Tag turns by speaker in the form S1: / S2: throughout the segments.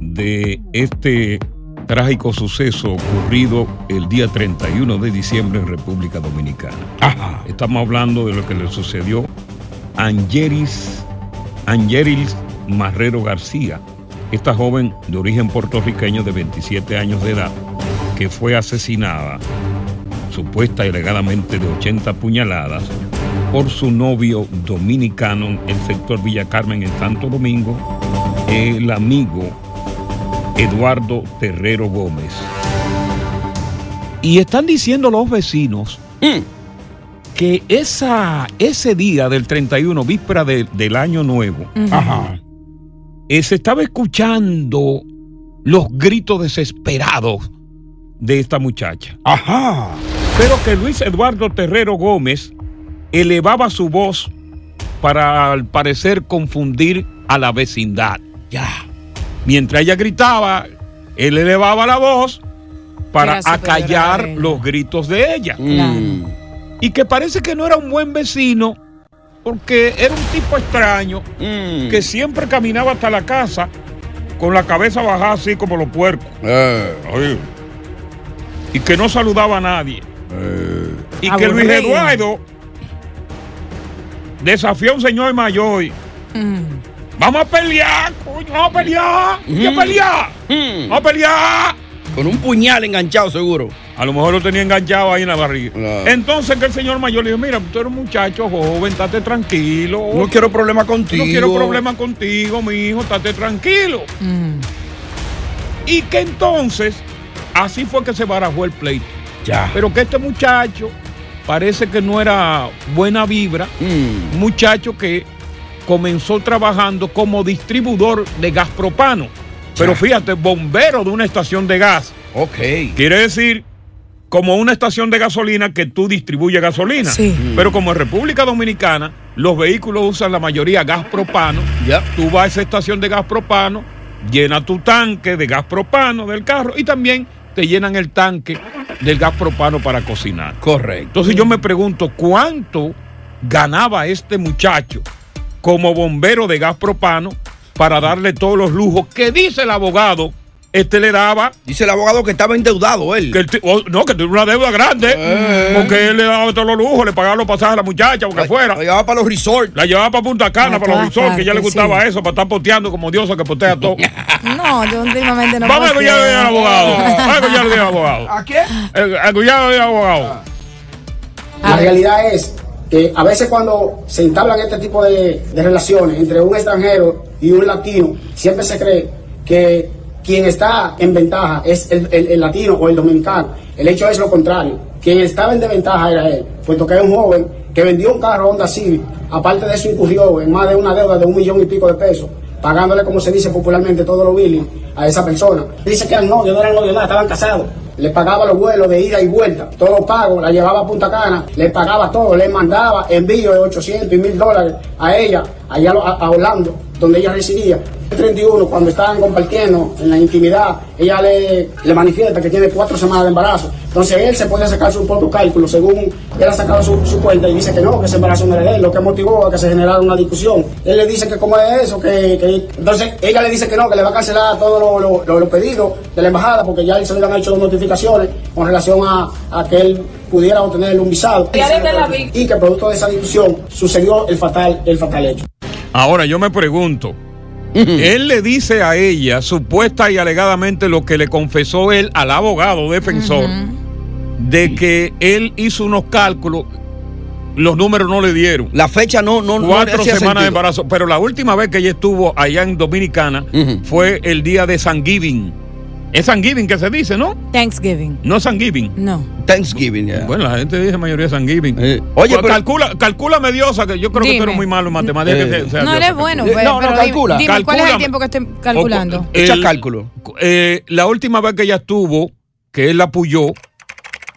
S1: de este trágico suceso ocurrido el día 31 de diciembre en República Dominicana. Ajá. Estamos hablando de lo que le sucedió a Angeris, Angeris Marrero García, esta joven de origen puertorriqueño de 27 años de edad, que fue asesinada, supuesta y alegadamente de 80 puñaladas, por su novio dominicano en el sector Villa Carmen en Santo Domingo, el amigo Eduardo Terrero Gómez.
S2: Y están diciendo los vecinos mm. que esa, ese día del 31, víspera de, del año nuevo, uh -huh. ajá, eh, se estaba escuchando los gritos desesperados de esta muchacha. Ajá. Pero que Luis Eduardo Terrero Gómez elevaba su voz para al parecer confundir a la vecindad. Ya mientras ella gritaba, él elevaba la voz para acallar los gritos de ella. Mm. Y que parece que no era un buen vecino, porque era un tipo extraño mm. que siempre caminaba hasta la casa con la cabeza bajada así como los puercos. Eh. Y que no saludaba a nadie. Eh. Y
S3: Ah,
S2: Aburrido. que Luis Eduardo desafió a un señor mayor. Mm. Vamos a pelear, coño, vamos a pelear. Mm. ¿Qué pelear? Mm. Vamos a pelear.
S4: Con un puñal enganchado, seguro.
S2: A lo mejor lo tenía enganchado ahí en la barriga. Claro. Entonces que el señor mayor le dijo, mira, tú eres un muchacho joven, estate tranquilo.
S4: No quiero problema contigo.
S2: No quiero problema contigo, mi hijo, estate tranquilo. Mm. Y que entonces, así fue que se barajó el pleito. Ya. Pero que este muchacho parece que no era buena vibra. Un muchacho que comenzó trabajando como distribuidor de gas propano. Pero fíjate, bombero de una estación de gas.
S4: Ok.
S2: Quiere decir, como una estación de gasolina que tú distribuyes gasolina. Sí. Mm. Pero como en República Dominicana, los vehículos usan la mayoría gas propano. Ya. Yep. Tú vas a esa estación de gas propano, llena tu tanque de gas propano del carro y también te llenan el tanque del gas propano para cocinar.
S4: Correcto.
S2: Entonces yo me pregunto, ¿cuánto ganaba este muchacho? como bombero de gas propano para darle todos los lujos que dice el abogado. Este le daba.
S4: Dice el abogado que estaba endeudado él.
S2: Que el oh, no, que tenía una deuda grande. Eh. Porque él le daba todos los lujos, le pagaba los pasajes a la muchacha, porque
S4: la,
S2: fuera.
S4: La llevaba para los resorts.
S2: La llevaba para Punta Cana, para los resorts, que ya le gustaba sí. eso, para estar poteando como diosa que potea todo.
S5: no, yo últimamente no.
S2: Vamos a escuchar al abogado. Vamos a escuchar al abogado.
S4: ¿A qué?
S2: A escuchar al abogado.
S6: La realidad es que a veces cuando se entablan este tipo de, de, relaciones entre un extranjero y un latino, siempre se cree que quien está en ventaja es el, el, el latino o el dominicano. El hecho es lo contrario. Quien estaba en desventaja era él, puesto que es un joven que vendió un carro Honda Civic, aparte de eso incurrió en más de una deuda de un millón y pico de pesos. pagándole, como se dice popularmente, todos los billing a esa persona. Dice que eran novios, no eran novios, nada, estaban casados. Le pagaba los vuelos de ida y vuelta, todo pago, la llevaba a Punta Cana, le pagaba todo, le mandaba envío de 800 y 1000 dólares a ella, allá a, a Orlando, donde ella residía. El 31, cuando estaban compartiendo en la intimidad, ella le, le manifiesta que tiene cuatro semanas de embarazo. Entonces él se puede sacar su propio cálculo, según él ha sacado su, su cuenta y dice que no, que ese embarazo no era de él, lo que motivó a que se generara una discusión. Él le dice que cómo es eso, que, que- entonces ella le dice que no, que le va a cancelar todos los los- los- los pedidos de la embajada, porque ya se le han hecho dos notificaciones con relación a, a que él pudiera obtener un visado.
S7: Ya desde la vi-
S6: Y que producto de esa discusión sucedió el fatal, el fatal hecho.
S2: Ahora yo me pregunto, él le dice a ella supuesta y alegadamente lo que le confesó él al abogado defensor de que él hizo unos cálculos, los números no le dieron.
S4: La fecha no no no
S2: Cuatro
S4: hacía
S2: semanas de
S4: sentido.
S2: embarazo, pero la última vez que ella estuvo allá en Dominicana fue el día de San Giving. Es San Giving que se dice, ¿no?
S5: Thanksgiving.
S2: No San Giving.
S5: No.
S4: Thanksgiving, ya. Eh,
S2: Bueno, la gente dice mayoría San Giving.
S4: oye,
S2: Pues
S4: pero-
S2: calcula, calcula mediosa, que yo creo que tú
S5: Dime.
S2: eres muy malo en matemáticas.
S4: Eh.
S2: que sea- sea
S5: no
S2: diosa.
S5: eres bueno,
S2: Eh,
S5: pues,
S2: no, no,
S5: pero dime-
S2: calcula.
S5: Dime, ¿cuál es el
S2: Calcúlame.
S5: tiempo que estoy calculando?
S2: El- eh, la última vez que ella estuvo, que él la apoyó,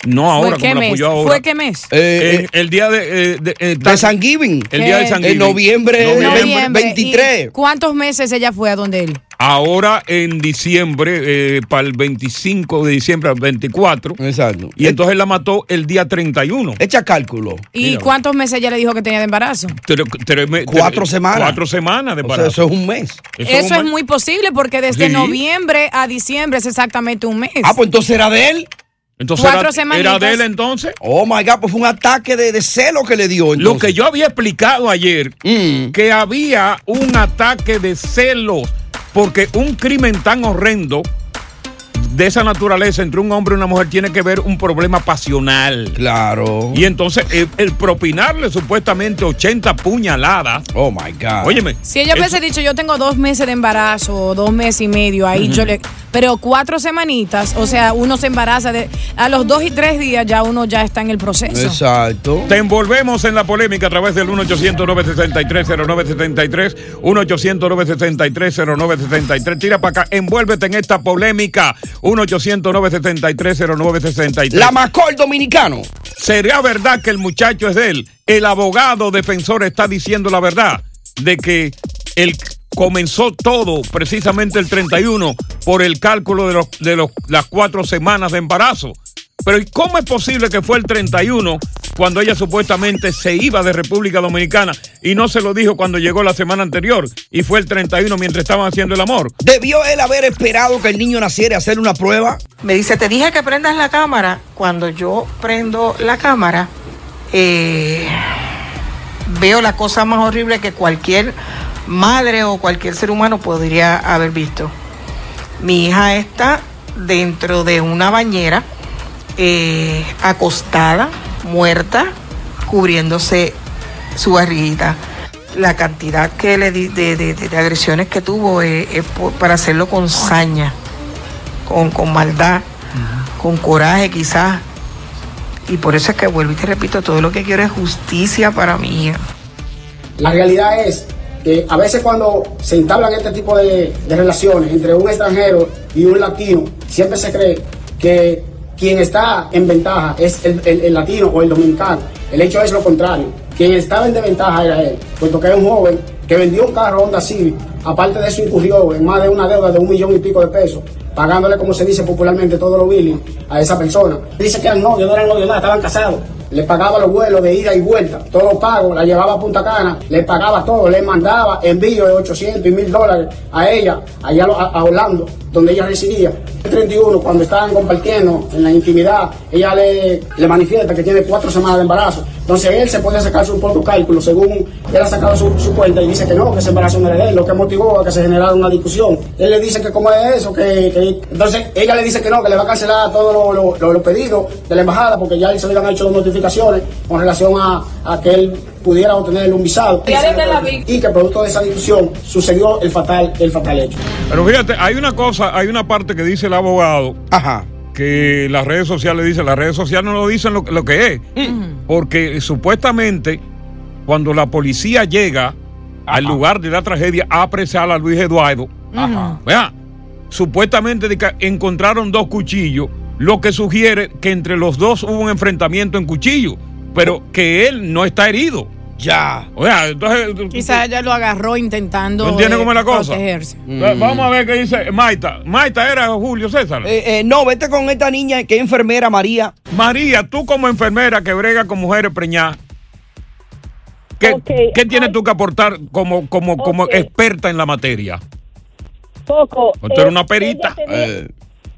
S2: no ahora,
S5: ¿Fue qué
S2: como la
S5: mes?
S2: apoyó ahora.
S5: ¿Fue qué mes?
S2: Eh, eh, el día de, eh, de, eh, tal-
S4: San Giving.
S2: El día de San Giving.
S4: En noviembre,
S5: Noviembre.
S4: 23.
S5: Eh, ¿Y ¿Cuántos meses ella fue a donde él?
S2: Ahora en diciembre, eh, para el 25 de diciembre al 24.
S4: Exacto.
S2: Y entonces la mató el día 31.
S4: Echa cálculo.
S5: ¿Y cuántos meses ella le dijo que tenía de embarazo?
S4: Cuatro semanas.
S2: Cuatro semanas de
S4: O sea,
S2: embarazo.
S4: eso es un mes.
S5: Eso, es muy posible porque desde
S2: Sí.
S5: noviembre a diciembre es exactamente un mes.
S4: Ah, pues entonces era de él.
S2: Entonces
S5: Cuatro era- semanitas. era de él
S2: entonces.
S4: Oh my God, pues fue un ataque de, de celo que le dio.
S2: Lo que yo había explicado ayer,
S4: Mm.
S2: que había un ataque de celos, porque un crimen tan horrendo de esa naturaleza entre un hombre y una mujer tiene que ver un problema pasional.
S4: Claro.
S2: Y entonces el, el propinarle supuestamente 80 puñaladas.
S4: Oh my God.
S2: Óyeme.
S5: Si ella
S2: eso-
S5: hubiese dicho, yo tengo dos meses de embarazo, o dos meses y medio, ahí
S2: Ujú.
S5: yo le... Pero cuatro semanitas, o sea, uno se embaraza, de, a los dos y tres días ya uno ya está en el proceso.
S4: Exacto.
S2: Te envolvemos en la polémica a través del 1-800-963-0973. 1-800-963-0973. Tira para acá. Envuélvete en esta polémica. 1-800-963-0963.
S4: La Macor dominicano.
S2: ¿Sería verdad que el muchacho es de él? El abogado defensor está diciendo la verdad de que él comenzó todo precisamente el 31 por el cálculo de, los- de los- las cuatro semanas de embarazo. Pero ¿y cómo es posible que fue el 31 cuando ella supuestamente se iba de República Dominicana y no se lo dijo cuando llegó la semana anterior y fue el 31 mientras estaban haciendo el amor?
S4: ¿Debió él haber esperado que el niño naciera y hacer una prueba?
S8: Me dice, te dije que prendas la cámara. Cuando yo prendo la cámara, eh, veo la cosa más horrible que cualquier madre o cualquier ser humano podría haber visto. Mi hija está dentro de una bañera, eh, acostada, muerta, cubriéndose su barriguita. La cantidad que le di- de, de- de- de agresiones que tuvo eh, es por- para hacerlo con saña con, con maldad, con coraje quizás. Y por eso es que vuelvo y te repito, todo lo que quiero es justicia para mi hija.
S6: La realidad es que a veces cuando se entablan este tipo de, de relaciones entre un extranjero y un latino, siempre se cree que quien está en ventaja es el, el- el latino o el dominicano. El hecho es lo contrario. Quien estaba en desventaja era él, puesto que es un joven que vendió un carro Honda Civic, aparte de eso incurrió en más de una deuda de un millón y pico de pesos, pagándole, como se dice popularmente, todos los billing a esa persona. Dice que eran novios, no eran novios, nada, estaban casados le pagaba los vuelos de ida y vuelta, todo pago, la llevaba a Punta Cana, le pagaba todo, le mandaba envío de 800 y 1000 dólares a ella, allá a, a Orlando, donde ella residía. El 31, cuando estaban compartiendo en la intimidad, ella le, le manifiesta que tiene cuatro semanas de embarazo. Entonces él se puede sacar su propio cálculo, según él ha sacado su, su cuenta y dice que no, que ese embarazo no era de él, lo que motivó a que se generara una discusión. Él le dice que cómo es eso, que, que- entonces ella le dice que no, que le va a cancelar todos los los- los- los pedidos de la embajada porque ya se le han hecho dos notificaciones con relación a, a que él pudiera obtener un visado.
S7: Ya desde la vi-
S6: Y que producto de esa discusión sucedió el fatal, el fatal hecho.
S2: Pero fíjate, hay una cosa, hay una parte que dice el abogado. Que las redes sociales dicen, las redes sociales no lo dicen lo, lo
S3: Mm.
S2: que es. Porque eh, supuestamente, cuando la policía llega al lugar de la tragedia a apresar a Luis Eduardo.
S9: Ajá.
S2: Vea, supuestamente de que encontraron dos cuchillos, lo que sugiere que entre los dos hubo un enfrentamiento en cuchillo, pero que él no está herido.
S4: Ya.
S2: O sea, entonces. tú-
S5: Quizás ella lo agarró intentando.
S2: ¿No entiendes
S5: eh,
S2: cómo es la cosa? Mm.
S5: protegerse.
S4: Mm.
S2: Va- Vamos a ver qué dice Maita. Maita era Julio César.
S4: Eh, eh, no, vete con esta niña que es enfermera, María.
S2: María, tú como enfermera que brega con mujeres preñadas, ¿qué, qué tienes tú que aportar como, como, como experta en la materia?
S10: Poco.
S2: Tú eres
S10: Es-
S2: una perita.
S10: Este,
S2: Eh.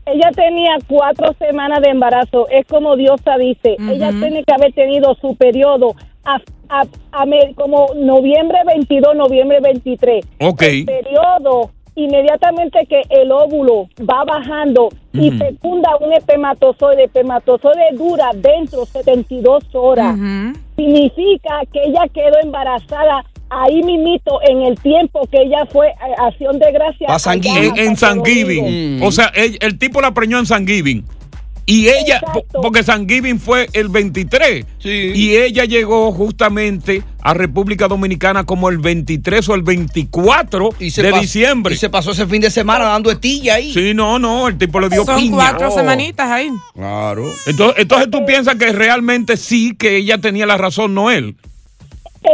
S10: Ella tenía, ella tenía cuatro semanas de embarazo, es como Diosa dice. Ella tiene que haber tenido su periodo a- a- a me- como noviembre 22, noviembre 23.
S2: Ok.
S10: El periodo, inmediatamente que el óvulo va bajando y
S2: Ujú.
S10: fecunda un espermatozoide, el espermatozoide dura dentro 72 horas. Significa que ella quedó embarazada ahí mismito en el tiempo que ella fue eh, acción de gracia.
S2: Pa' San
S10: allá
S2: Giving. En, en
S10: hasta
S2: San Giving.
S10: Domingo.
S2: O sea, el, el tipo la preñó en San Giving. Y ella, po- porque San Giving fue el 23. Y ella llegó justamente a República Dominicana como el 23 o el 24
S4: se
S2: de
S4: pas-
S2: diciembre.
S4: y se pasó ese fin de semana dando estilla ahí.
S2: Sí, no, no, el tipo le dio
S5: Son
S2: piña.
S5: cuatro
S2: Oh.
S5: semanitas ahí.
S2: Claro. Entonces, entonces tú piensas que realmente sí, que ella tenía la razón, no él.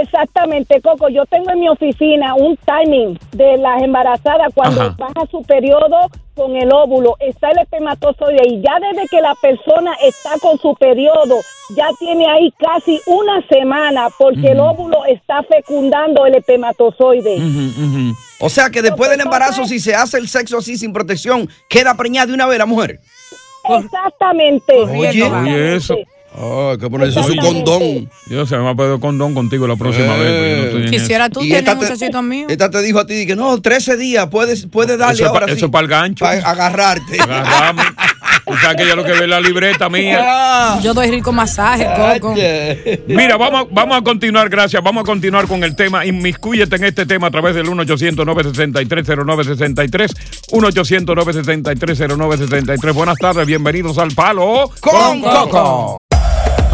S10: Exactamente, Coco. Yo tengo en mi oficina un timing de las embarazadas cuando
S2: Ajá.
S10: baja su periodo con el óvulo. Está el espermatozoide y ya desde que la persona está con su periodo, ya tiene ahí casi una semana porque el óvulo está fecundando el espermatozoide.
S2: Mm,
S4: O sea que después del embarazo, si se hace el sexo así sin protección, queda preñada de una vez la mujer.
S10: Exactamente.
S4: Oye.
S2: Oye, eso.
S11: Hay que ponerse su
S2: Oye,
S11: condón.
S2: Yo se me va a pedir condón contigo la próxima vez. pero yo no estoy en
S5: Quisiera tú
S4: Y
S5: tener
S4: esta
S5: un
S4: te-
S5: muchachito mío.
S4: Esta te dijo a ti que no, 13 días, puedes, puedes darle
S2: Eso es pa-
S4: ahora
S2: eso
S4: sí.
S2: es para el gancho. Ah,
S4: Para agarrarte.
S2: Agarrame. O sea, que ya lo que ve es la libreta mía.
S5: Yo doy rico masaje, Coco.
S2: Mira, vamos, a- vamos a continuar, gracias. Vamos a continuar con el tema. Inmiscúyete en este tema a través del 1-800-963-0963. 1-800-963-0963. Buenas tardes, bienvenidos al Palo
S4: con Coco.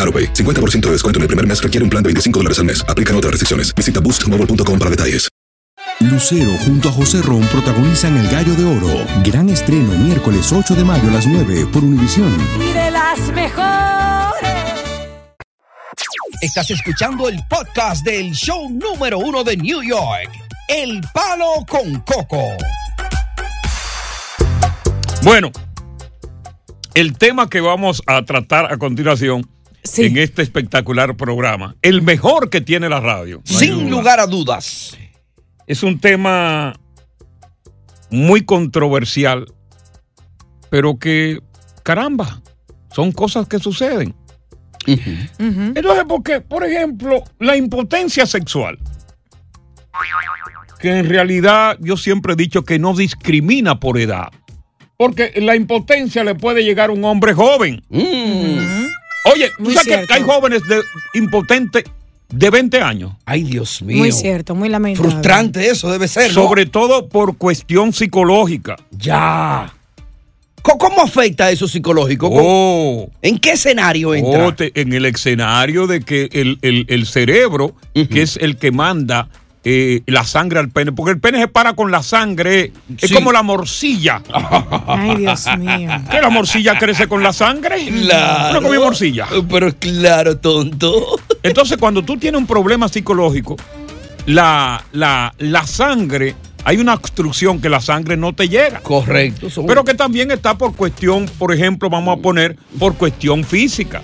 S12: AroPay. 50% de descuento en el primer mes requiere un plan de 25 dólares al mes. Aplican otras restricciones. Visita boostmobile.com para detalles.
S13: Lucero junto a José Ron protagonizan El Gallo de Oro. Gran estreno miércoles 8 de mayo a las 9 por Univisión.
S14: Y de las mejores.
S4: Estás escuchando el podcast del show número uno de New York, El Palo con Coco.
S2: Bueno, el tema que vamos a tratar a continuación en este espectacular programa, el mejor que tiene la radio.
S4: Sin lugar a dudas.
S2: Es un tema muy controversial, pero que, caramba, son cosas que suceden. Entonces, porque, por ejemplo, la impotencia sexual, que en realidad yo siempre he dicho que no discrimina por edad, porque la impotencia le puede llegar a un hombre joven.
S4: Mm.
S2: Oye, ¿tú
S5: Muy
S2: sabes que
S5: cierto.
S2: hay jóvenes de, impotentes de 20 años?
S4: Ay, Dios
S5: Muy cierto, muy lamentable.
S4: Frustrante eso debe ser. ¿no?
S2: Sobre todo por cuestión psicológica.
S4: Ya. Co- ¿Cómo afecta eso psicológico?
S2: Oh.
S4: ¿En qué escenario entra?
S2: O te- en el escenario de que el, el- el cerebro, que es el que manda eh, la sangre al pene, porque el pene se para con la sangre, es
S4: Sí.
S2: como la morcilla. Ay,
S5: Dios mío.
S2: ¿Que la morcilla crece con la sangre?
S4: Claro.
S2: No comí morcilla.
S4: Pero claro, tonto.
S2: Entonces, cuando tú tienes un problema psicológico, la, la, la sangre Hay una obstrucción que la sangre no te llega.
S4: Correcto.
S2: Pero que también está por cuestión, por ejemplo,
S4: Mm.
S2: vamos a poner, por cuestión física.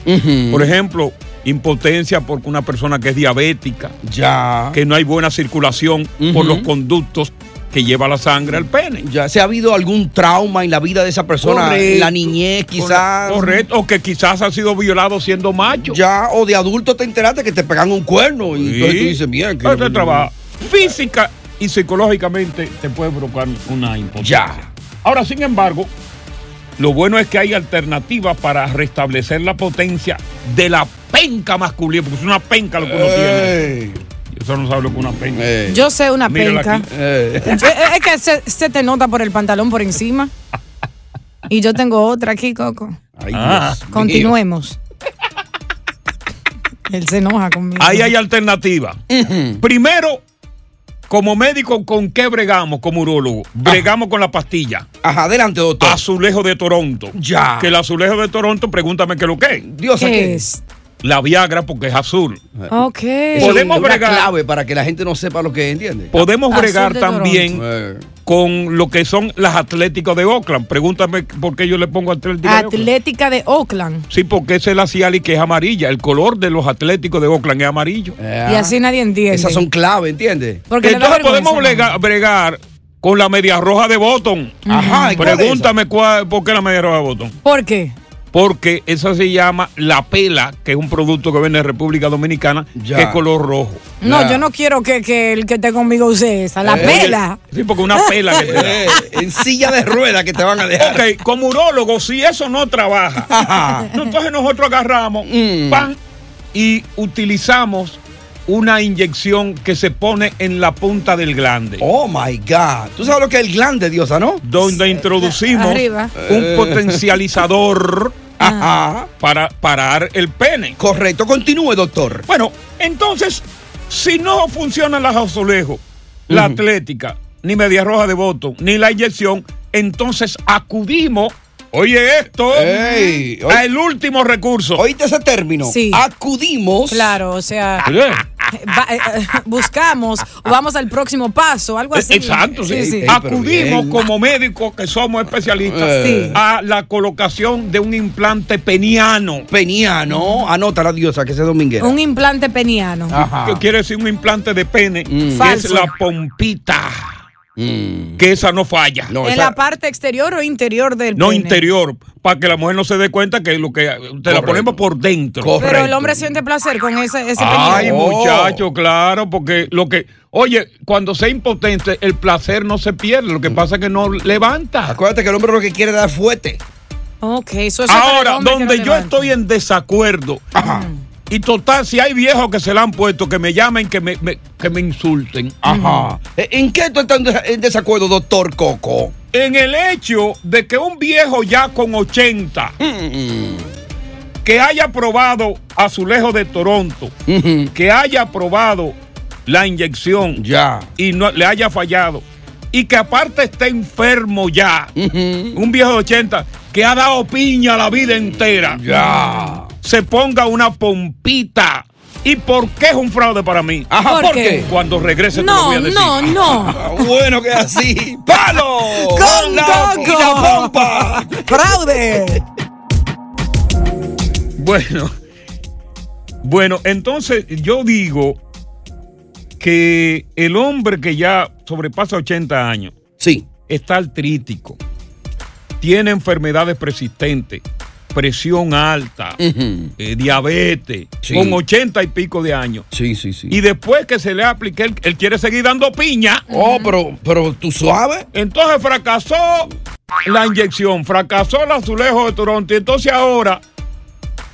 S2: Por ejemplo, impotencia porque una persona que es diabética.
S4: Ya.
S2: Que no hay buena circulación por los conductos que lleva la sangre al pene.
S4: Ya, ¿se ha habido algún trauma en la vida de esa persona? En la niñez, quizás.
S2: Correcto, o que quizás ha sido violado siendo macho.
S4: Ya, o de adulto te enteraste que te pegan un cuerno y
S2: Sí.
S4: entonces tú dices, mira, que-
S2: Este trabajo física y psicológicamente te puede provocar una impotencia.
S4: Ya.
S2: Ahora, sin embargo, lo bueno es que hay alternativas para restablecer la potencia de la penca masculina, porque es una penca lo que uno tiene. Yo no sabe lo que es una penca.
S5: Yo sé una
S2: Mírala
S5: penca.
S2: aquí.
S5: Eh, eh, Es que se, se te nota por el pantalón por encima. Y yo tengo otra aquí, Coco.
S2: Ah.
S5: Continuemos. Él se enoja conmigo.
S2: Ahí hay alternativa. Primero, como médico, ¿con qué bregamos como urólogo? Bregamos con la pastilla.
S4: Ajá, adelante, doctor.
S2: Azulejo de Toronto.
S4: Ya.
S2: Que el azulejo de Toronto, pregúntame qué es lo que es.
S4: Dios, ¿a ¿Qué qué? Oh.
S5: es?
S2: La Viagra porque es azul.
S5: Ok.
S4: Eso
S2: Podemos
S4: es una
S2: bregar.
S4: clave para que la gente no sepa lo que entiende.
S2: Podemos bregar también
S4: Eh.
S2: con lo que son las Atléticos de Oakland. Pregúntame por qué yo le pongo Atlético de Oakland.
S5: Atlética de Oakland.
S2: Sí, porque esa es la Ciali que es amarilla. El color de los Atléticos de Oakland es amarillo.
S4: Eh, ah.
S5: Y así nadie entiende.
S4: Esas son claves, ¿entiendes?
S5: Porque le da
S2: Entonces
S5: vergüenza,
S2: podemos bregar, bregar con la media roja de Boston.
S4: Ajá, ¿y cuál es
S2: Pregúntame cuál, por qué la media roja de Boston.
S5: ¿Por qué?
S2: Porque esa se llama la pela, que es un producto que vende en República Dominicana, que es color rojo.
S5: No, yo no quiero que, que el que esté conmigo use esa. La
S2: Eh,
S5: pela.
S2: oye, Sí, porque una pela que te da.
S4: Eh, en silla de ruedas que te van a dejar.
S2: Ok, como urólogo, si eso no trabaja, entonces nosotros agarramos
S4: Mm.
S2: pan y utilizamos una inyección que se pone en la punta del glande.
S4: Oh my God. ¿Tú sabes lo que es el glande, Diosa, no?
S2: Donde introducimos
S4: arriba.
S2: un
S4: Eh.
S2: potencializador para parar el pene.
S4: Correcto, continúe, doctor.
S2: Bueno, entonces, si no funcionan las azulejos, la atlética, ni media roja de voto, ni la inyección, entonces acudimos, oye esto,
S4: Ey, oí-
S2: al último recurso.
S4: ¿Oíste ese término?
S5: Sí.
S4: Acudimos.
S5: Claro, o sea, va- eh, eh, buscamos o vamos al próximo paso, algo así.
S2: Eh, Exacto, sí. Eh,
S5: sí.
S2: Acudimos como médicos que somos especialistas
S4: Sí.
S2: a la colocación de un implante peniano.
S4: Peniano, anota la diosa que ese es dominguera.
S5: Un implante peniano.
S2: que quiere decir un implante de
S4: Mm.
S2: pene, que es
S5: Falso.
S2: la pompita,
S4: Mm.
S2: que esa no falla. No,
S5: ¿En la parte exterior o interior del pene?
S2: interior, para que la mujer no se dé cuenta que lo que te la ponemos por dentro.
S5: Pero el hombre siente placer con ese, ese
S2: Ay,
S5: peniano.
S2: muchacho, claro, porque lo que. Oye, cuando sea impotente, el placer no se pierde. Lo que pasa es que no levanta.
S4: Mm. Acuérdate que el hombre lo que quiere es dar fuerte.
S5: Oh. Ok, eso es para el
S2: Ahora,
S5: hombre que
S2: donde
S5: no
S2: yo
S5: levanta.
S2: estoy en desacuerdo. Y total, si hay viejos que se la han puesto, que me llamen, que me, me- que me insulten.
S4: Ajá. Eh, ¿En qué tú estás en desa- en desacuerdo, doctor Coco?
S2: En el hecho de que un viejo ya con 80
S4: Mm.
S2: que haya probado azulejo de Toronto, que haya probado la inyección
S4: ya.
S2: y no le haya fallado y que aparte esté enfermo ya, un viejo de 80 que ha dado piña la vida entera,
S4: Ya.
S2: se ponga una pompita. ¿Y por qué es un fraude para mí?
S4: Ajá, ¿Por ¿por qué? qué?
S2: Cuando regrese te lo
S5: No,
S2: voy a decir. Ah,
S5: no, no.
S4: bueno que es así. ¡Palo!
S5: Con
S4: la,
S5: Coco.
S4: y la pompa!
S5: ¡Fraude!
S2: Bueno, bueno, entonces yo digo que el hombre que ya sobrepasa 80 años
S4: sí.
S2: está artrítico, tiene enfermedades persistentes, presión alta, eh, diabetes,
S4: Sí.
S2: con 80 y pico de años.
S4: Sí, sí, sí.
S2: Y después que se le aplique, él, él quiere seguir dando piña.
S4: Oh, pero, pero tú suave.
S2: Entonces fracasó la inyección, fracasó el azulejo de Toronto. Y entonces ahora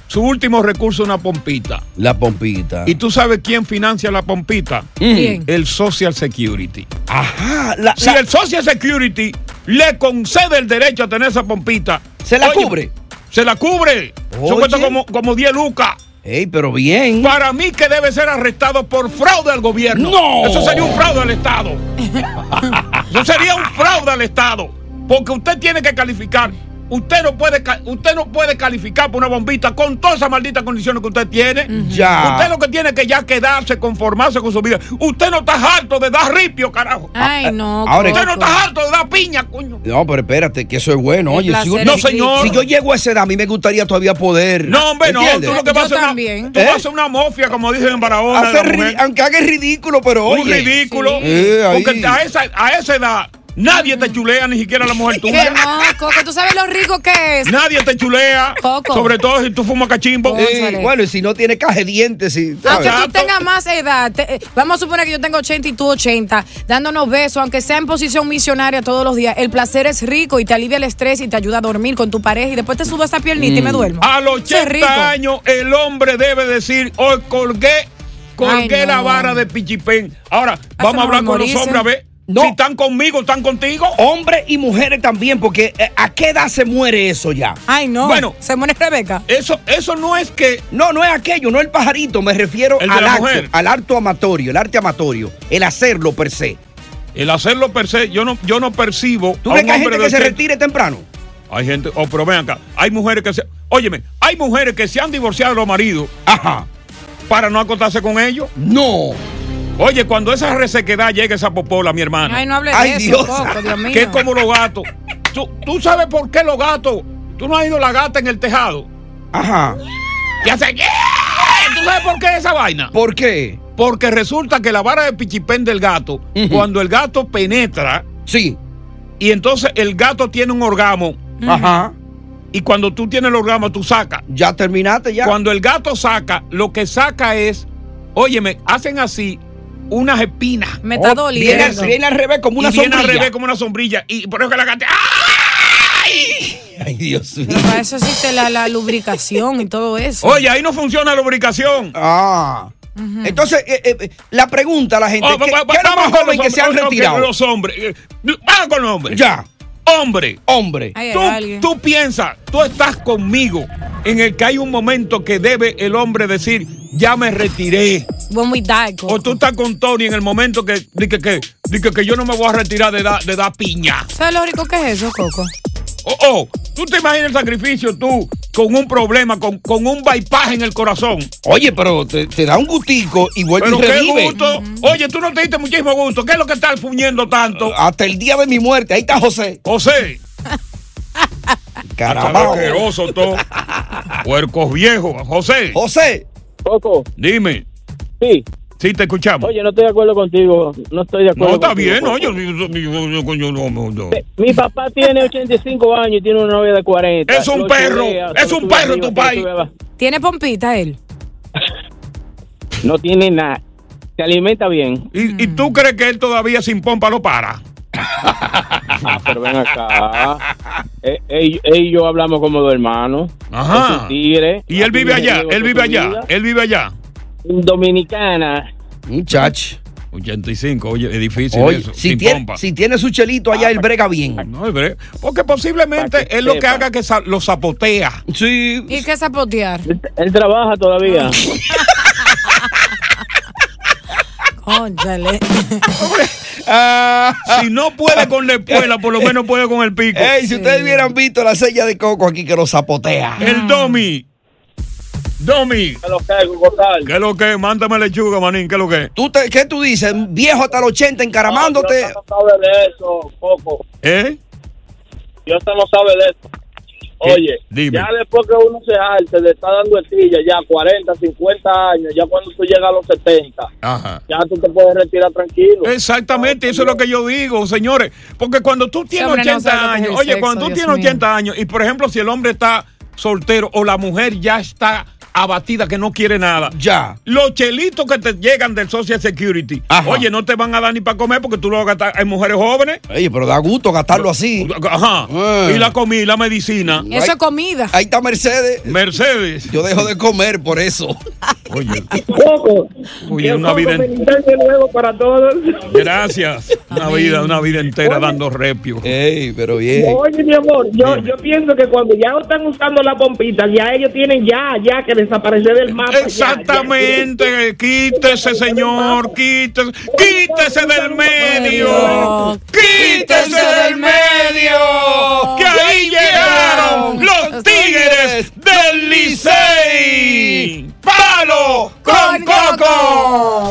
S2: su último recurso es una pompita.
S4: La pompita.
S2: ¿Y tú sabes quién financia la pompita?
S5: ¿Quién?
S2: El Social Security.
S4: Mm. Ajá. La,
S2: Si
S4: la-
S2: el Social Security le concede el derecho a tener esa pompita,
S4: ¿Se la cubre?
S2: Se la cubre. Se
S4: Oye.
S2: cuesta como, como 10 lucas.
S4: Ey, pero bien.
S2: Para mí que debe ser arrestado por fraude al gobierno.
S4: ¡No!
S2: Eso sería un fraude al Estado. Eso sería un fraude al Estado. Porque usted tiene que calificar Usted no, puede, ca- usted no puede calificar por una bombita con todas esas malditas condiciones que usted tiene.
S9: Ya.
S2: Usted lo que tiene es que ya quedarse, conformarse con su vida. Usted no está harto de dar ripio, carajo.
S5: Ay, no.
S4: Ahora-
S2: usted no está harto de dar piña, coño.
S4: No, pero espérate, que eso es bueno.
S2: El
S4: Oye, si
S2: placer
S4: yo,
S2: es No, señor.
S4: Si yo llego a esa edad, a mí me gustaría todavía poder.
S2: No, hombre, no.
S4: ¿Entiendes? ¿Eh?
S2: Tú lo que vas a hacer una- tú vas a hacer una mofia, como dicen en Barahona.
S4: Hacer
S2: la
S4: ri-
S2: mujer.
S4: aunque haga el ridículo, pero oye.
S2: Un ridículo.
S4: Sí. Eh, ahí.
S2: porque a esa, a esa edad nadie te chulea, ni siquiera la mujer
S5: Que
S2: tuya.
S5: no, Coco, tú sabes lo rico que es.
S2: Nadie te chulea.
S5: Coco.
S2: Sobre todo si tú fumas cachimbo.
S5: Cónchale.
S4: Eh, bueno, y si no tiene caja de dientes, sí.
S5: Aunque
S4: ¿sabes?
S5: tú tengas más edad, te- eh, vamos a suponer que yo tengo 80 y tú 80, dándonos besos, aunque sea en posición misionaria todos los días, el placer es rico y te alivia el estrés y te ayuda a dormir con tu pareja y después te subo esa piernita y me duermo.
S2: Mm. A los
S5: Eso es rico.
S2: 80 años, el hombre debe decir: Hoy colgué, colgué
S5: Ay, no.
S2: la vara de Pichipén. Ahora, vamos a hablar con los
S4: morirse.
S5: ¿eh?
S2: hombres a ver.
S4: No.
S2: Si están conmigo, están contigo.
S4: Hombres y mujeres también, porque eh, ¿a qué edad se muere eso ya?
S5: Ay, no.
S4: Bueno,
S5: se muere Rebeca.
S2: Eso, eso no es que.
S4: No, no es aquello, no el pajarito, me refiero
S2: El de
S4: al
S2: la
S4: acto,
S2: mujer.
S4: al acto amatorio, el arte amatorio, el hacerlo per se.
S2: El hacerlo per se, yo no, yo no percibo.
S4: ¿Tú
S2: a
S4: crees
S2: un
S4: que hay
S2: hombre
S4: gente
S2: de
S4: que se
S2: 80.
S4: retire temprano?
S2: Hay gente, oh, pero ven acá, hay mujeres que se. Óyeme, hay mujeres que se han divorciado de los maridos. Ajá. Para no acostarse con ellos.
S4: No.
S2: Oye, cuando esa resequedad llega esa popola, mi hermano.
S5: Ay, no hable de Ay, eso, Dios. Coco, Dios mío.
S2: Que es como los gatos. ¿Tú, tú sabes por qué los gatos. Tú no has ido la gata en el tejado.
S4: Ajá.
S2: ¿Qué hace? ¿Qué? ¿Tú sabes por qué esa vaina?
S4: ¿Por qué?
S2: Porque resulta que la vara de pichipén del gato, cuando el gato penetra.
S4: Sí.
S2: Y entonces el gato tiene un orgasmo.
S4: Ajá.
S2: Y cuando tú tienes el orgasmo, tú sacas.
S4: Ya terminaste, ya.
S2: Cuando el gato saca, lo que saca es. Óyeme, hacen así unas espinas.
S5: Me está doliendo.
S4: Viene, al- viene al revés como una
S2: y viene
S4: sombrilla.
S2: al revés como una sombrilla. Y por eso que la gata.
S4: Ay, Dios mío.
S5: Para eso existe la, la lubricación y todo eso.
S2: Oye, ahí no funciona la lubricación.
S4: Ah. Entonces, eh, eh, eh, la pregunta a la gente,
S2: Oh, va-
S4: ¿qué,
S2: va-
S4: qué es lo
S2: vamos
S4: más
S2: con
S4: joven
S2: los
S4: que se han
S2: hombres, ok,
S4: retirado?
S2: Los hombres. Eh, Vamos con los hombres.
S4: Ya.
S2: Hombre.
S4: Hombre.
S5: Ay, ay, alguien.
S2: Tú, tú piensas, tú estás conmigo en el que hay un momento que debe el hombre decir, ya me retiré.
S5: When we die, Coco.
S2: O tú estás con Tony en el momento que di que, que, di que- que yo no me voy a retirar de dar de dar piña.
S5: ¿Sabes lo rico que es eso, Coco?
S2: Oh, oh, tú te imaginas el sacrificio tú con un problema, con, con un bypass en el corazón.
S4: Oye, pero te, te da un gustico y vuelve
S2: Pero
S4: y
S2: qué
S4: revive.
S2: gusto. Oye, tú no te diste muchísimo gusto. ¿Qué es lo que estás fuñendo tanto?
S4: Eh, Hasta el día de mi muerte. Ahí está José.
S2: José.
S4: Caramba.
S2: Asqueroso todo. Puercos viejos. José.
S4: José.
S15: Coco,
S2: Dime.
S15: sí.
S2: Sí, te escuchamos.
S15: Oye, no estoy de acuerdo contigo. No estoy de acuerdo.
S2: no, está
S15: contigo,
S2: bien.
S15: Coco.
S2: No, yo, yo- yo- yo- yo- no, no, no.
S15: Mi papá tiene 85 años y tiene una novia de 40.
S2: Es un
S15: Lo
S2: perro,
S15: chulea,
S2: es
S15: se lo
S2: un
S15: sube
S2: perro
S15: arriba,
S2: tu
S15: se lo
S2: pai.
S15: sube abajo.
S5: ¿Tiene pompita él?
S15: No tiene nada. Se alimenta bien.
S2: ¿Y, y tú crees que él todavía sin pompa lo para?
S15: Ah, pero ven acá. Eh, él, él y yo hablamos como dos hermanos.
S2: Ajá.
S15: Es un tigre.
S2: Y él
S15: Así
S2: vive
S15: me
S2: allá,
S15: llevo toda
S2: él vive
S15: su
S2: allá,
S15: vida.
S2: él vive allá.
S15: Dominicana.
S4: Muchacho.
S2: 85, oye, es difícil
S4: Oye,
S2: eso,
S4: si
S2: sin
S4: tiene,
S2: pompa. Ah,
S4: si tiene su chelito
S15: Ah,
S4: allá, él brega bien.
S2: No, es verdad. Porque posiblemente es lo que haga que sa- lo zapotea.
S4: Sí.
S5: ¿Y qué es zapotear?
S15: Él trabaja todavía.
S5: Cónchale.
S2: si no puede con la espuela, por lo menos puede con el pico.
S4: Ey, si ustedes hubieran visto la sella de Coco aquí que lo zapotea.
S5: Ah.
S2: El Domi. Domi.
S15: Que lo que, Gonzalo?
S2: ¿Qué lo que? Mándame lechuga, manín, ¿qué lo que?
S4: ¿Tú te- ¿Qué tú dices? Viejo hasta los 80 encaramándote.
S15: No, pero usted no sabe de eso, Coco.
S2: ¿Eh?
S15: Yo usted no sabe de eso. Oye,
S2: Dime.
S15: ya después que uno se alte, le está dando el silla ya 40, 50 años, ya cuando tú llegas a los 70,
S2: Ajá.
S15: ya tú te puedes retirar tranquilo.
S2: Exactamente, eso es lo que yo digo, señores. Porque cuando tú tienes
S5: hombre no sabe
S2: 80
S5: lo que es
S2: años,
S5: el
S2: oye,
S5: sexo,
S2: cuando tú
S5: Dios
S2: tienes
S5: mío.
S2: 80 años, y por ejemplo, si el hombre está soltero o la mujer ya está abatida, que no quiere nada.
S4: Ya.
S2: Los chelitos que te llegan del Social Security,
S4: Ajá.
S2: oye, no te van a dar ni para comer porque tú lo vas a gastar en mujeres jóvenes.
S4: Oye, pero da gusto gastarlo así.
S2: Ajá.
S4: Eh.
S2: Y la comida, y la medicina.
S5: Eso es comida.
S4: Ahí está Mercedes.
S2: Mercedes.
S4: Yo dejo de comer por eso.
S2: Oye,
S15: Coco.
S2: oye, una vida en-
S15: Feliz año nuevo para todos.
S2: Gracias. Una vida, una vida entera dando repio.
S4: Ey, pero
S15: Oye, mi amor, yo, yo pienso que cuando ya están usando las pompitas, ya ellos tienen ya, ya que desaparecer del mapa. ya, ya.
S2: Exactamente, quítese señor, quítese, quítese del medio, quítese del medio, que ahí llegaron los tigres del Licey. ¡Palo con coco!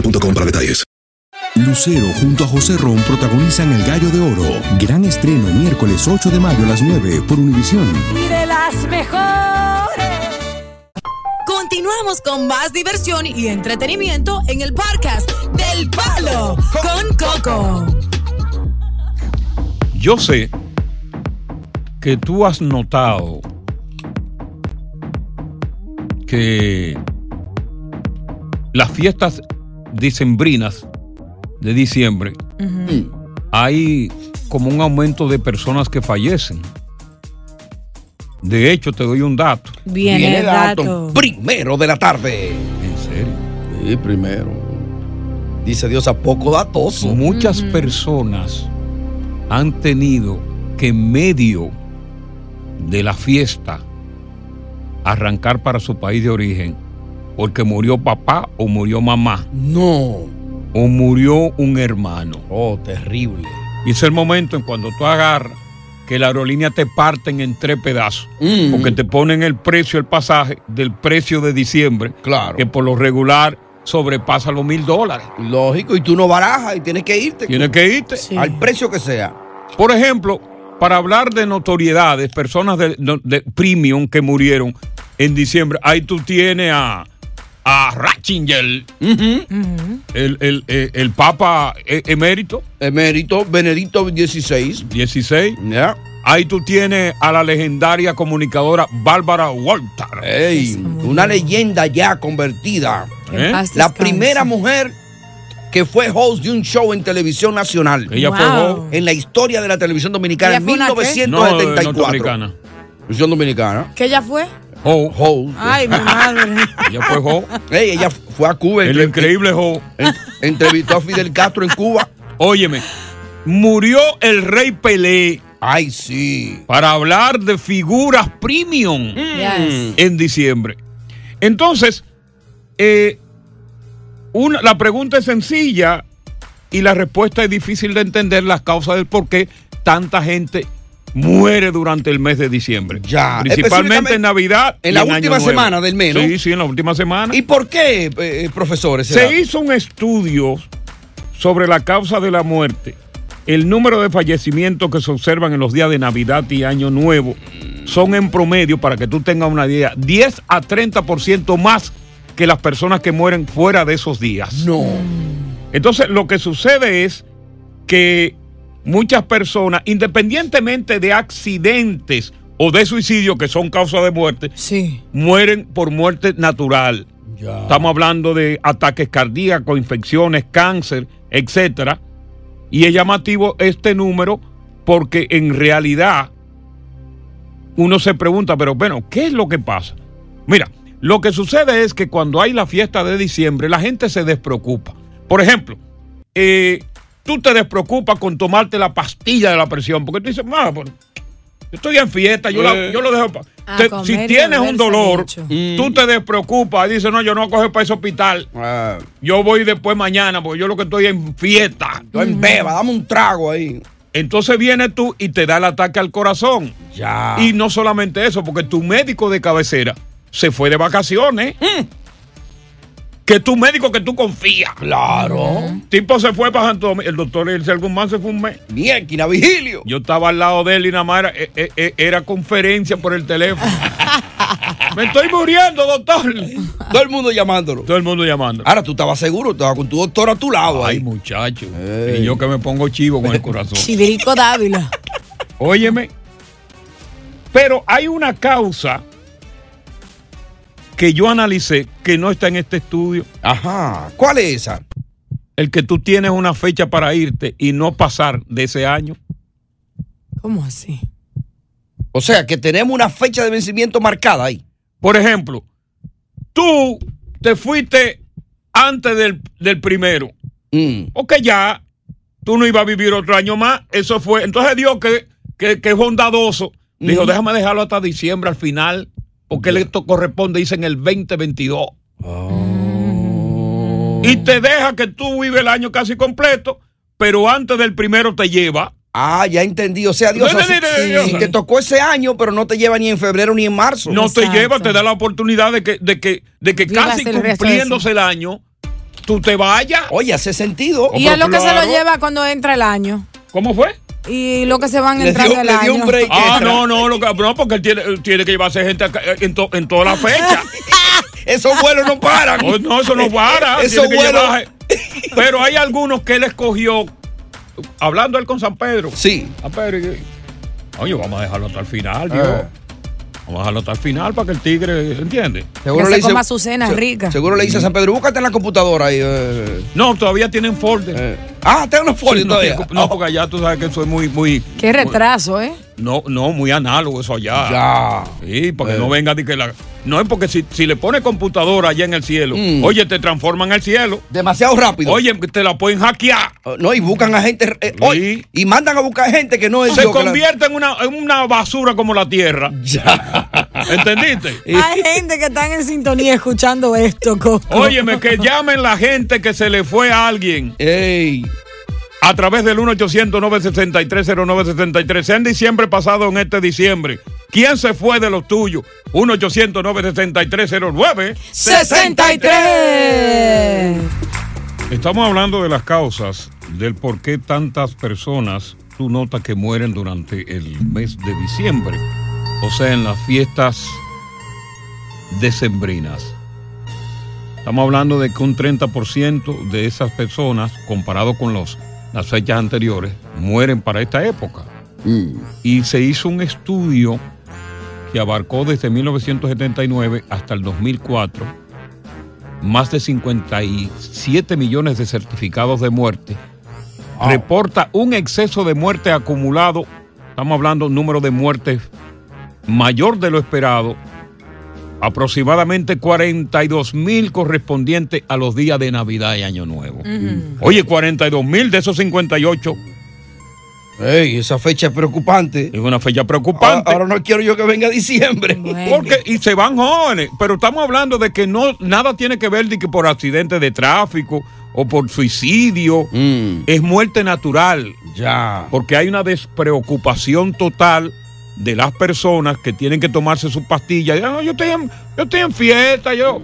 S12: para detalles.
S13: Lucero junto a José Ron protagonizan El Gallo de Oro. Gran estreno miércoles 8 de mayo a las 9 por Univisión.
S5: y de las mejores. Continuamos con más diversión y entretenimiento en el podcast del Palo con Coco.
S2: Yo sé que tú has notado que las fiestas dicembrinas de diciembre hay como un aumento de personas que fallecen. De hecho, te doy un dato.
S16: Viene Viene el dato. dato.
S4: Primero de la tarde.
S2: ¿En serio?
S4: Sí, primero. Dice Dios a poco datoso.
S2: Muchas personas han tenido que en medio de la fiesta arrancar para su país de origen porque murió papá o murió mamá.
S4: No.
S2: O murió un hermano.
S4: Oh, terrible.
S2: Y es el momento en cuando tú agarras que la aerolínea te parten en tres pedazos.
S4: Mm.
S2: Porque te ponen el precio, el pasaje, del precio de diciembre. Claro. Que por lo regular sobrepasa los mil dólares.
S4: Lógico, y tú no barajas y tienes que irte.
S2: Tienes que irte.
S4: Al precio que sea.
S2: Por ejemplo, para hablar de notoriedades, personas de, no- de premium que murieron en diciembre, ahí tú tienes a, a Ratzinger, el, el- eh, el- el Papa e- emérito.
S4: Emérito, Benedicto XVI.
S2: 16. Ahí tú tienes a la legendaria comunicadora Bárbara Walter.
S4: una leyenda ya convertida.
S2: Que en paz
S4: La
S2: descanse.
S4: primera mujer que fue host de un show en televisión nacional.
S2: Ella fue Wow. host. eh,
S4: En la historia de la televisión dominicana
S16: ¿Ella
S4: en
S16: fue una qué?
S2: No,
S4: 1974.
S2: norteamericana.
S4: televisión dominicana.
S16: ¿Que ella fue?
S2: Host.
S16: Ay, mi madre.
S2: Ella fue host.
S4: Ey, ella fue a Cuba. eh,
S2: El increíble host.
S4: entrevistó a Fidel Castro en Cuba.
S2: Óyeme, murió el rey Pelé.
S4: Ay, sí.
S2: Para hablar de figuras premium
S16: Yes.
S2: en diciembre. Entonces, eh, una- la pregunta es sencilla y la respuesta es difícil de entender las causas del por qué tanta gente muere durante el mes de diciembre. Ya,
S4: Ah,
S2: principalmente
S4: específicamente
S2: en Navidad.
S4: en
S2: y
S4: la
S2: Año
S4: última
S2: Nuevo.
S4: semana del mes, ¿no?
S2: Sí, sí, en la última semana.
S4: ¿Y por qué, eh, profesores?
S2: Se hizo un estudio sobre la causa de la muerte, el número de fallecimientos que se observan en los días de Navidad y Año Nuevo son en promedio, para que tú tengas una idea, 10 a 30% más que las personas que mueren fuera de esos días.
S4: No.
S2: Entonces, lo que sucede es que muchas personas, independientemente de accidentes o de suicidio que son causa de muerte, mueren por muerte natural. Estamos hablando de ataques cardíacos, infecciones, cáncer, etcétera. Y es llamativo este número porque en realidad uno se pregunta, pero bueno, ¿qué es lo que pasa? Mira, lo que sucede es que cuando hay la fiesta de diciembre, la gente se despreocupa. Por ejemplo, eh, tú te despreocupas con tomarte la pastilla de la presión, porque tú dices, "Ma, bueno, yo estoy en fiesta, yo, la-
S4: Eh.
S2: yo lo dejo. pa-".
S4: A
S2: Te-
S4: comer y
S2: si tienes
S4: beber,
S2: un
S4: se ha
S2: dolor,
S4: dicho.
S2: tú te despreocupas y dices, no, yo no coge para ese hospital.
S4: Ah.
S2: Yo voy después mañana, porque yo lo que estoy en fiesta.
S4: Yo en beba, dame un trago ahí.
S2: Entonces viene tú y te da el ataque al corazón.
S4: Ya.
S2: Y no solamente eso, porque tu médico de cabecera se fue de vacaciones. Que tu médico que tú confías.
S4: Claro.
S2: Tipo se fue para Santo Domingo. El doctor Elise Guzmán se fue un mes.
S4: Mierda, vigilio.
S2: Yo estaba al lado de él y nada más era, eh, eh, eh, era conferencia por el teléfono. Me estoy muriendo, doctor.
S4: Todo el mundo llamándolo.
S2: Todo el mundo llamándolo.
S4: Ahora tú estabas seguro, estabas con tu doctor a tu lado.
S2: Ay,
S4: ahí.
S2: muchacho. Y yo que me pongo chivo con el corazón.
S5: Chivirico Dávila.
S2: Óyeme. Pero hay una causa que yo analicé que no está en este estudio.
S4: Ajá. ¿Cuál es esa?
S2: El que tú tienes una fecha para irte y no pasar de ese año.
S5: ¿Cómo así?
S4: O sea, que tenemos una fecha de vencimiento marcada ahí.
S2: Por ejemplo, tú te fuiste antes del, del primero.
S4: Mm.
S2: O que ya tú no ibas a vivir otro año más. Eso fue. Entonces Dios, que, que, que es bondadoso, dijo,
S4: Mm.
S2: déjame dejarlo hasta diciembre al final, porque esto corresponde, dicen, el 2022.
S4: Oh.
S2: Y te deja que tú vives el año casi completo, pero antes del primero te lleva.
S4: Ah, ya entendí. O sea, Dios,
S2: No, no,
S4: así-
S2: no, no, no,
S4: sí,
S2: no.
S4: te tocó ese año, pero no te lleva ni en febrero ni en marzo.
S2: No te lleva, te da la oportunidad de que, de que, de que
S5: Vivas
S2: casi
S5: el resto de eso.
S2: cumpliéndose el año, tú te vayas.
S4: Oye, hace sentido.
S5: Y es lo que se lo lleva cuando entra el año.
S2: ¿Cómo fue?
S5: Y lo que se van entrando el año.
S2: Ah, no, no, lo que- no, porque él tiene, tiene que llevarse gente acá, eh, en, to- en toda la fecha.
S4: Esos vuelos no paran.
S2: No, Oh, no, eso no para.
S4: Esos
S2: tiene que
S4: vuelos-
S2: llevar- Pero hay algunos que él escogió, hablando él con San Pedro.
S4: Sí.
S2: San Pedro, y- oye, vamos a dejarlo hasta el final,
S4: Eh.
S2: Dios. Vamos a dejarlo hasta el final para que el tigre, ¿entiendes?
S4: Seguro
S5: se coma su cena
S4: se-
S5: rica.
S4: Seguro le dice a San Pedro, búscate en la computadora ahí. eh.
S2: No, todavía tienen folder.
S4: ah, tienen los folders
S2: no,
S4: todavía.
S2: No, porque allá tú sabes que eso es muy, muy.
S5: Qué
S2: muy-
S5: retraso, ¿eh?
S2: No, no, muy análogo eso allá.
S4: Ya.
S2: Sí, porque
S4: Eh.
S2: no venga de que la. No es porque si, si le pone computadora allá en el cielo,
S4: Mm.
S2: oye, te transforman el cielo.
S4: Demasiado rápido. Oh,
S2: Oye, te la pueden hackear.
S4: No, y buscan a gente. eh, oye, y mandan a buscar gente que no es
S2: Se
S4: Dios que la-
S2: convierte en, una, en una basura como la tierra. ¿Entendiste?
S5: Hay gente que están en sintonía escuchando esto, Coco.
S2: Óyeme, que llamen la gente que se le fue a alguien. A través del 1-800-963-0963. Sea en diciembre pasado, en este diciembre. ¿Quién se fue de los tuyos? 1-800-963-09.
S5: 63.
S2: Estamos hablando de las causas del por qué tantas personas tú notas que mueren durante el mes de diciembre, o sea, en las fiestas decembrinas. Estamos hablando de que un 30% de esas personas, comparado con los, las fechas anteriores, mueren para esta época. Y se hizo un estudio que abarcó desde 1979 hasta el 2004 más de 57 millones de certificados de muerte. Reporta un exceso de muerte acumulado, estamos hablando un número de muertes mayor de lo esperado, aproximadamente 42 mil correspondientes a los días de Navidad y Año Nuevo. Oye, 42 mil de esos 58.
S4: Ey, esa fecha es preocupante.
S2: Es una fecha preocupante.
S4: Ahora no quiero yo que venga diciembre.
S2: Porque, y se van jóvenes, pero estamos hablando de que no, nada tiene que ver de que por accidente de tráfico o por suicidio, es muerte natural.
S4: Mm. Ya.
S2: Porque hay una despreocupación total de las personas que tienen que tomarse sus pastillas. Ya, no, yo, estoy en, yo estoy en fiesta, yo.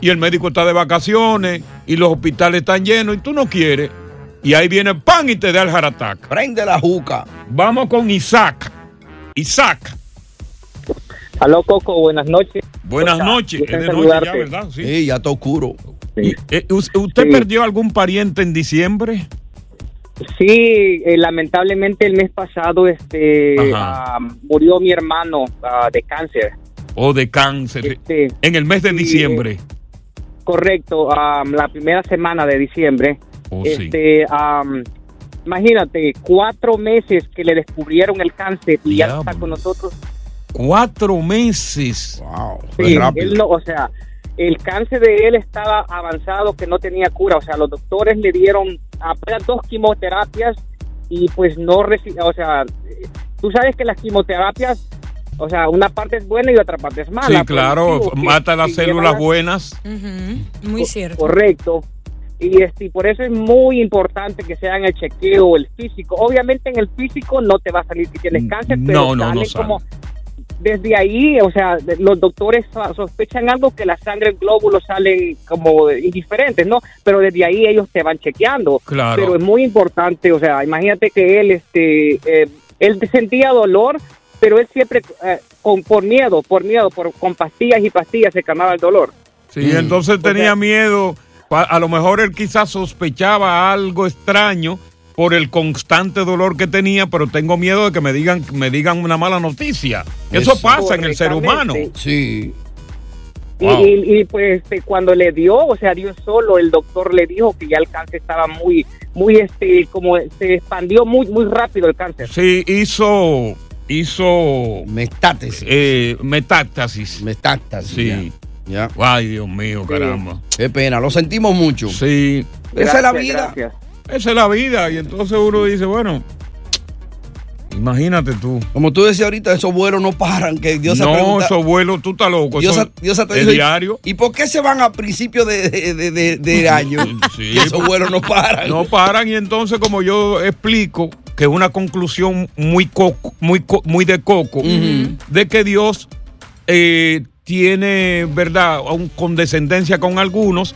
S2: Y el médico está de vacaciones y los hospitales están llenos y tú no quieres. Y ahí viene el pan y te da el jaratac.
S4: Prende la juca.
S2: Vamos con Isaac. Isaac.
S15: Aló, Coco, buenas noches.
S2: Buenas noches. Es
S15: gusto en
S2: de noche ya,
S15: saludarte.
S2: ¿verdad? Sí.
S4: Sí, ya está oscuro.
S2: Eh, ¿us- ¿Usted perdió algún pariente en diciembre?
S15: Sí, eh, lamentablemente el mes pasado este
S2: Ajá.
S15: ah, murió mi hermano ah, de cáncer.
S2: ¿O de cáncer?
S15: Este,
S2: en el mes de diciembre.
S15: Correcto, am, la primera semana de diciembre.
S2: Oh, sí.
S15: este, am, imagínate, cuatro meses que le descubrieron el cáncer y ya no está con nosotros.
S2: Cuatro meses.
S4: Wow.
S15: Sí, él no- o sea, el cáncer de él estaba avanzado que no tenía cura. O sea, los doctores le dieron apenas dos quimioterapias y pues no recibió, o sea, eh, tú sabes que las quimioterapias, o sea, una parte es buena y otra parte es mala.
S2: sí, claro. Mata las células
S15: buenas
S2: buenas.
S5: Muy cierto.
S15: Correcto. Y este, y por eso es muy importante que se hagan el chequeo, el físico. Obviamente en el físico no te va a salir que tienes cáncer, pero
S2: no, no, no
S15: sale
S2: sale.
S15: como desde ahí, o sea, de- los doctores so- sospechan algo que la sangre, el glóbulo salen como indiferentes, ¿no? Pero desde ahí ellos te van chequeando.
S2: Claro.
S15: Pero es muy importante, o sea, imagínate que él, este, eh, él sentía dolor, pero él siempre eh, con, por miedo, por miedo, por, con pastillas y pastillas se calmaba el dolor.
S2: Sí, entonces tenía miedo. pa- A lo mejor él quizás sospechaba algo extraño por el constante dolor que tenía, pero tengo miedo de que me digan, me digan una mala noticia. Eso
S15: Eso.
S2: pasa en el ser humano.
S15: Correctamente.
S2: Sí.
S15: Y,
S2: Wow.
S15: y- y, pues este, cuando le dio, o sea, dio solo, el doctor le dijo que ya el cáncer estaba muy, muy, este, como se expandió muy, muy rápido el cáncer.
S2: Sí, hizo. Hizo. Metástasis. metástasis.
S4: Metástasis.
S2: Sí. Ay, Dios mío, Oh, caramba.
S4: Qué pena, lo sentimos mucho.
S2: Sí.
S4: Esa es la vida.
S2: Esa es la vida. Y entonces uno dice, bueno, imagínate tú.
S4: Como tú decías ahorita, esos vuelos no paran, que Dios se
S2: no,
S4: pregunta.
S2: eso vuelo, tú estás loco.
S4: Dios,
S2: eso
S4: a- Dios a-
S2: es
S4: dice,
S2: diario.
S4: ¿Y por qué se van a principio de, de- de- de- de año?
S2: Sí.
S4: Y esos vuelos no paran.
S2: No paran y entonces como yo explico que es una conclusión muy coco- muy co- muy de coco de que Dios eh, tiene verdad un condescendencia con algunos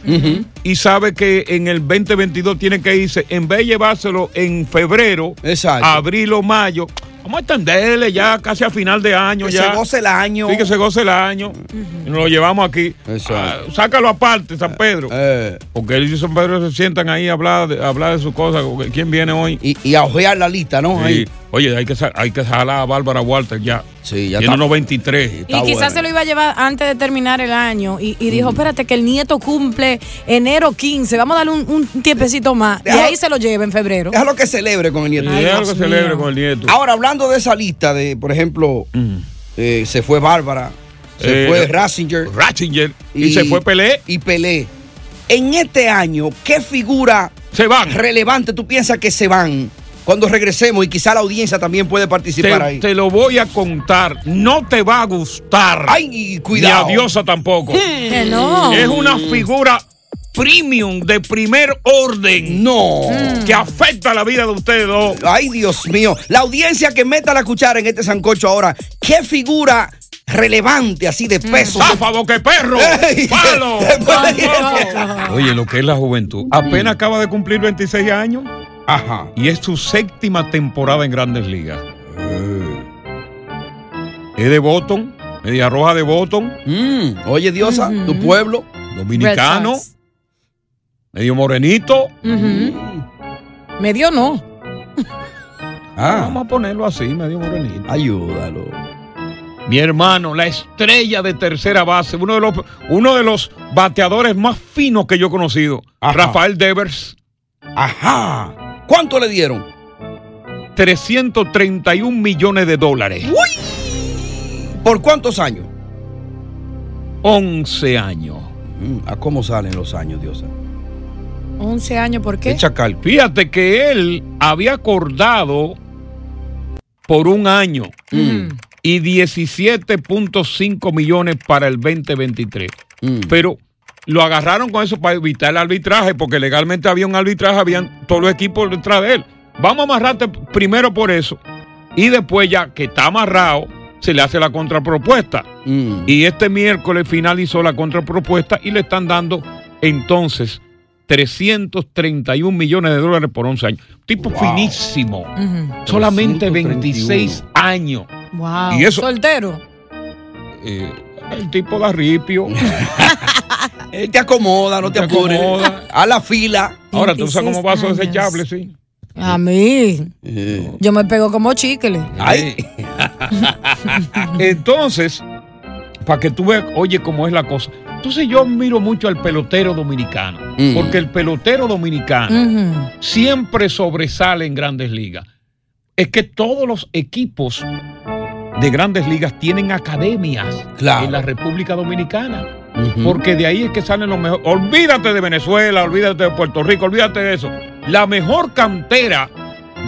S2: y sabe que en el 2022 tiene que irse en vez de llevárselo en febrero, abril o mayo. Vamos a extenderle ya casi a final de año.
S4: Que
S2: ya.
S4: se goce el año.
S2: Sí, que se goce el año. Y nos lo llevamos aquí. Ah, sácalo aparte, San Pedro.
S4: Eh,
S2: Porque él y San Pedro se sientan ahí a hablar de, a hablar de sus cosas. porque ¿Quién viene hoy?
S4: Y, a ojear la lista, ¿no? Ahí.
S2: Oye, hay que, sa- hay que jalar a Bárbara Walter ya.
S4: Sí, ya está.
S2: Tiene unos 23.
S5: Y quizás se lo iba a llevar antes de terminar el año. Y, y dijo, espérate, que el nieto cumple enero 15. Vamos a darle un, un tiempecito más.
S4: Déjalo-
S5: y ahí se lo lleva en febrero.
S4: Déjalo que celebre con el nieto.
S2: Sí, Ay, déjalo Dios que celebre mío. con el nieto.
S4: Ahora, hablando de esa lista de, por ejemplo, eh, se fue Bárbara, se
S2: Eh,
S4: fue Ratzinger.
S2: Ratzinger. Y, se fue Pelé.
S4: Y Pelé. En este año, ¿qué figura
S2: se van.
S4: relevante tú piensas que se van? Cuando regresemos y quizá la audiencia también puede participar
S2: Te,
S4: ahí.
S2: te lo voy a contar. No te va a gustar.
S4: Ay, cuidado.
S2: Ni a Diosa tampoco.
S5: Que no.
S2: Es una figura premium de primer orden.
S4: No.
S2: Que afecta la vida de ustedes dos.
S4: Mm. Ay, Dios mío. La audiencia que meta la cuchara en este sancocho ahora, ¿qué figura relevante así de peso?
S2: ¡Zafa, boqueperro!
S4: Ey.
S2: ¡Palo! Oye, lo que es la juventud. Apenas acaba de cumplir 26 años.
S4: Ajá.
S2: Y es su séptima temporada en Grandes Ligas.
S4: Eh.
S2: Es de Boston, media roja de Boston.
S4: Mm, oye, Diosa, tu pueblo.
S2: Dominicano.
S5: Red Sox.
S2: Medio morenito.
S5: Ujú. Medio no.
S4: Ah.
S2: Vamos a ponerlo así, medio morenito.
S4: Ayúdalo.
S2: Mi hermano, la estrella de tercera base, uno de los, uno de los bateadores más finos que yo he conocido, Rafael Devers.
S4: Ajá. ¿Cuánto le dieron?
S2: 331 millones de dólares.
S4: ¿Por cuántos años?
S2: 11 años.
S4: ¿A cómo salen los años, Diosa?
S5: 11 años, ¿por qué?
S4: chacal.
S2: Fíjate que él había acordado por un año y 17.5 millones para el 2023.
S15: Mm.
S2: Pero lo agarraron con eso para evitar el arbitraje, porque legalmente había un arbitraje, habían todos los equipos detrás de él. Vamos a amarrarte primero por eso. Y después, ya que está amarrado, se le hace la contrapropuesta. Y este miércoles finalizó la contrapropuesta y le están dando entonces 331 millones de dólares por 11 años. Tipo finísimo. Solamente 26 años.
S5: Wow.
S2: Y eso-
S5: Soltero.
S2: Eh, el tipo da ripio.
S4: Él te acomoda, no te, apures. A la fila.
S2: Ahora tú usas como vaso
S5: 26
S2: desechable, sí.
S5: A mí.
S2: Eh.
S5: Yo me pego como chicle.
S2: Ay. eh. Entonces, para que tú veas, oye, cómo es la cosa. Entonces yo miro mucho al pelotero dominicano, porque el pelotero dominicano
S5: Ujú.
S2: siempre sobresale en grandes ligas. Es que todos los equipos de grandes ligas tienen academias
S4: Claro.
S2: en la República Dominicana. Porque de ahí es que salen los mejores. Olvídate de Venezuela, olvídate de Puerto Rico, olvídate de eso. La mejor cantera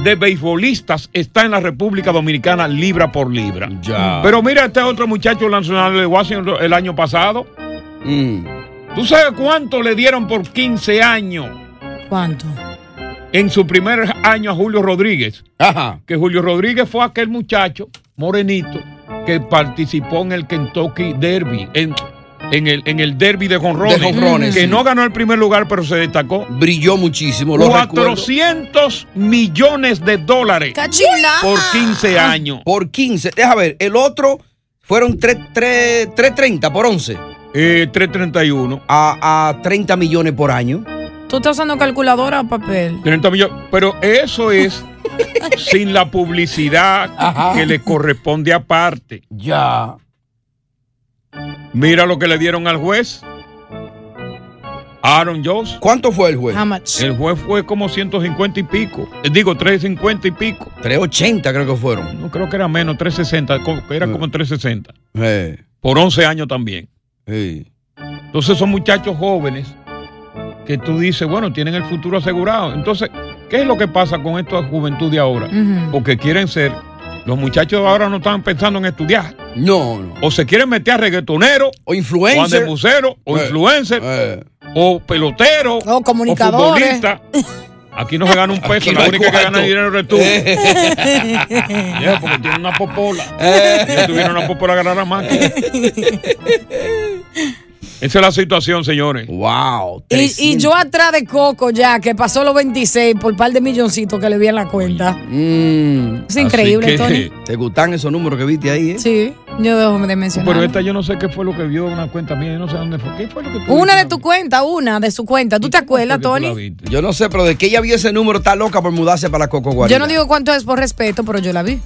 S2: de beisbolistas está en la República Dominicana libra por libra.
S4: Ah.
S2: Pero mira este otro muchacho nacional de Washington el año pasado.
S4: Mm.
S2: ¿Tú sabes cuánto le dieron por 15 años
S5: ¿Cuánto?
S2: en su primer año a Julio Rodríguez?
S4: Ajá.
S2: Que Julio Rodríguez fue aquel muchacho morenito que participó en el Kentucky Derby, en, en el, en el derby de jonrones.
S4: De jonrones,
S2: Que
S4: sí.
S2: no ganó el primer lugar, pero se destacó.
S4: Brilló muchísimo. Lo recuerdo.
S2: 400 millones de dólares
S5: Cachina.
S2: por 15 años.
S4: Ah. Por 15. Deja ver, el otro fueron 3, 3, 3.30 por 11.
S2: Eh, 3.31.
S4: A, a 30 millones por año.
S5: ¿Tú estás usando calculadora o papel?
S2: 30 millones. Pero eso es sin la publicidad que le corresponde aparte.
S4: Ya.
S2: Mira lo que le dieron al juez. Aaron Jones.
S4: ¿Cuánto fue el juez?
S5: How much?
S2: El juez fue como 150 y pico. Eh, Digo, 350 y pico.
S4: 380 creo que fueron. Eh.
S2: No, creo que era menos, 360. co- Era como 360. Por 11 años también. Entonces son muchachos jóvenes que tú dices, bueno, tienen el futuro asegurado. Entonces, ¿qué es lo que pasa con esta juventud de ahora?
S5: Ujú.
S2: Porque quieren ser, los muchachos de ahora no están pensando en estudiar.
S4: No, no.
S2: O se quieren meter a reggaetonero,
S4: o
S2: o
S4: influencer.
S2: andebucero, o
S4: Eh,
S2: influencer, o pelotero, o
S5: comunicadores.
S2: futbolista. Aquí no se gana un peso,
S4: Aquí no
S2: la
S4: hay
S2: única que gana
S4: cuarto.
S2: dinero eres tú. Viejo, porque tiene una popola. Si yo tuviera una popola, ganara más. Esa es la situación, señores.
S4: Wow.
S5: Y, y yo atrás de Coco ya, que pasó los 26 por par de milloncitos que le vi en la cuenta. Mm. Es increíble, Tony.
S4: ¿Te gustan esos números que viste ahí? eh?
S5: Sí, yo dejo de mencionar.
S2: Pero esta yo no sé qué fue lo que vio una cuenta mía, yo no sé dónde fue. ¿Qué fue lo que tú
S5: Una de tu cuenta, una de su cuenta. ¿Tú te acuerdas, Tony?
S4: Yo no sé, pero de que ella vio ese número está loca por mudarse para Coco Guarida.
S5: Yo no digo cuánto es por respeto, pero yo la vi.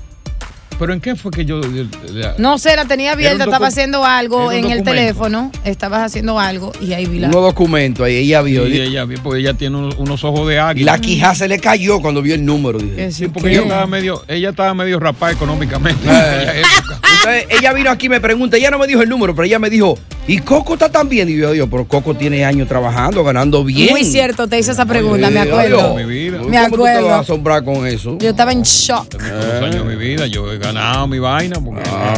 S2: ¿Pero en qué fue que yo.? yo- la-
S5: No sé, la tenía abierta,
S4: Era un docu-
S5: estaba haciendo algo
S2: era
S5: en
S2: un
S5: el
S2: documento.
S5: teléfono, estabas haciendo algo y ahí vi la.
S4: Unos documentos ahí, ella
S2: Sí,
S4: vio.
S2: ella, vio, porque ella tiene unos, unos ojos de águila.
S4: La quijá se le cayó cuando vio el número. dije.
S2: Sí, porque ella estaba medio, ella estaba medio rapada económicamente.
S5: Ah.
S4: Entonces, ella vino aquí y me pregunta, ella no me dijo el número, pero ella me dijo, ¿y Coco está tan bien? Y yo digo, pero Coco tiene años trabajando, ganando bien.
S5: Muy cierto, te hice esa pregunta, me
S4: Ay,
S5: acuerdo.
S4: Dios, mi vida.
S5: Me
S4: ¿Cómo tú te
S5: acuerdo.
S4: vas a asombrar con eso?
S5: Yo estaba en shock.
S2: Los años de mi vida, yo he ganado mi vaina. porque-
S4: Ah,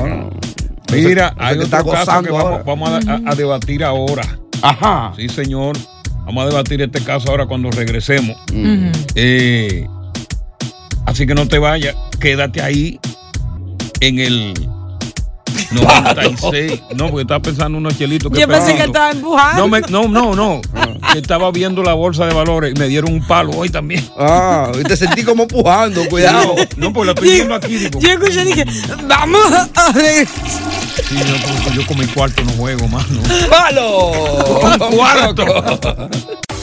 S2: Mira,
S4: Entonces,
S2: hay
S4: te
S2: otro
S4: está
S2: caso que
S4: gozando
S2: vamos,
S4: ahora.
S2: vamos a, a- a debatir ahora.
S4: Ajá.
S2: Sí, señor. Vamos a debatir este caso ahora cuando regresemos.
S5: Ujú.
S2: Eh, así que no te vayas, quédate ahí en el 96. No, porque estaba pensando en unos chelitos que
S5: Yo pensé que
S2: esperando.
S5: estaba empujando.
S2: No, me- no, no, no. Que estaba viendo la bolsa de valores y me dieron un palo hoy también.
S4: Ah, y te sentí como pujando, cuidado.
S2: No, pues la estoy viendo aquí, digo.
S5: Yo escuché y dije, vamos a ver.
S2: Sí, yo, pues, yo con mi cuarto no juego más, ¿no?
S4: ¡Palo!
S2: Con cuarto.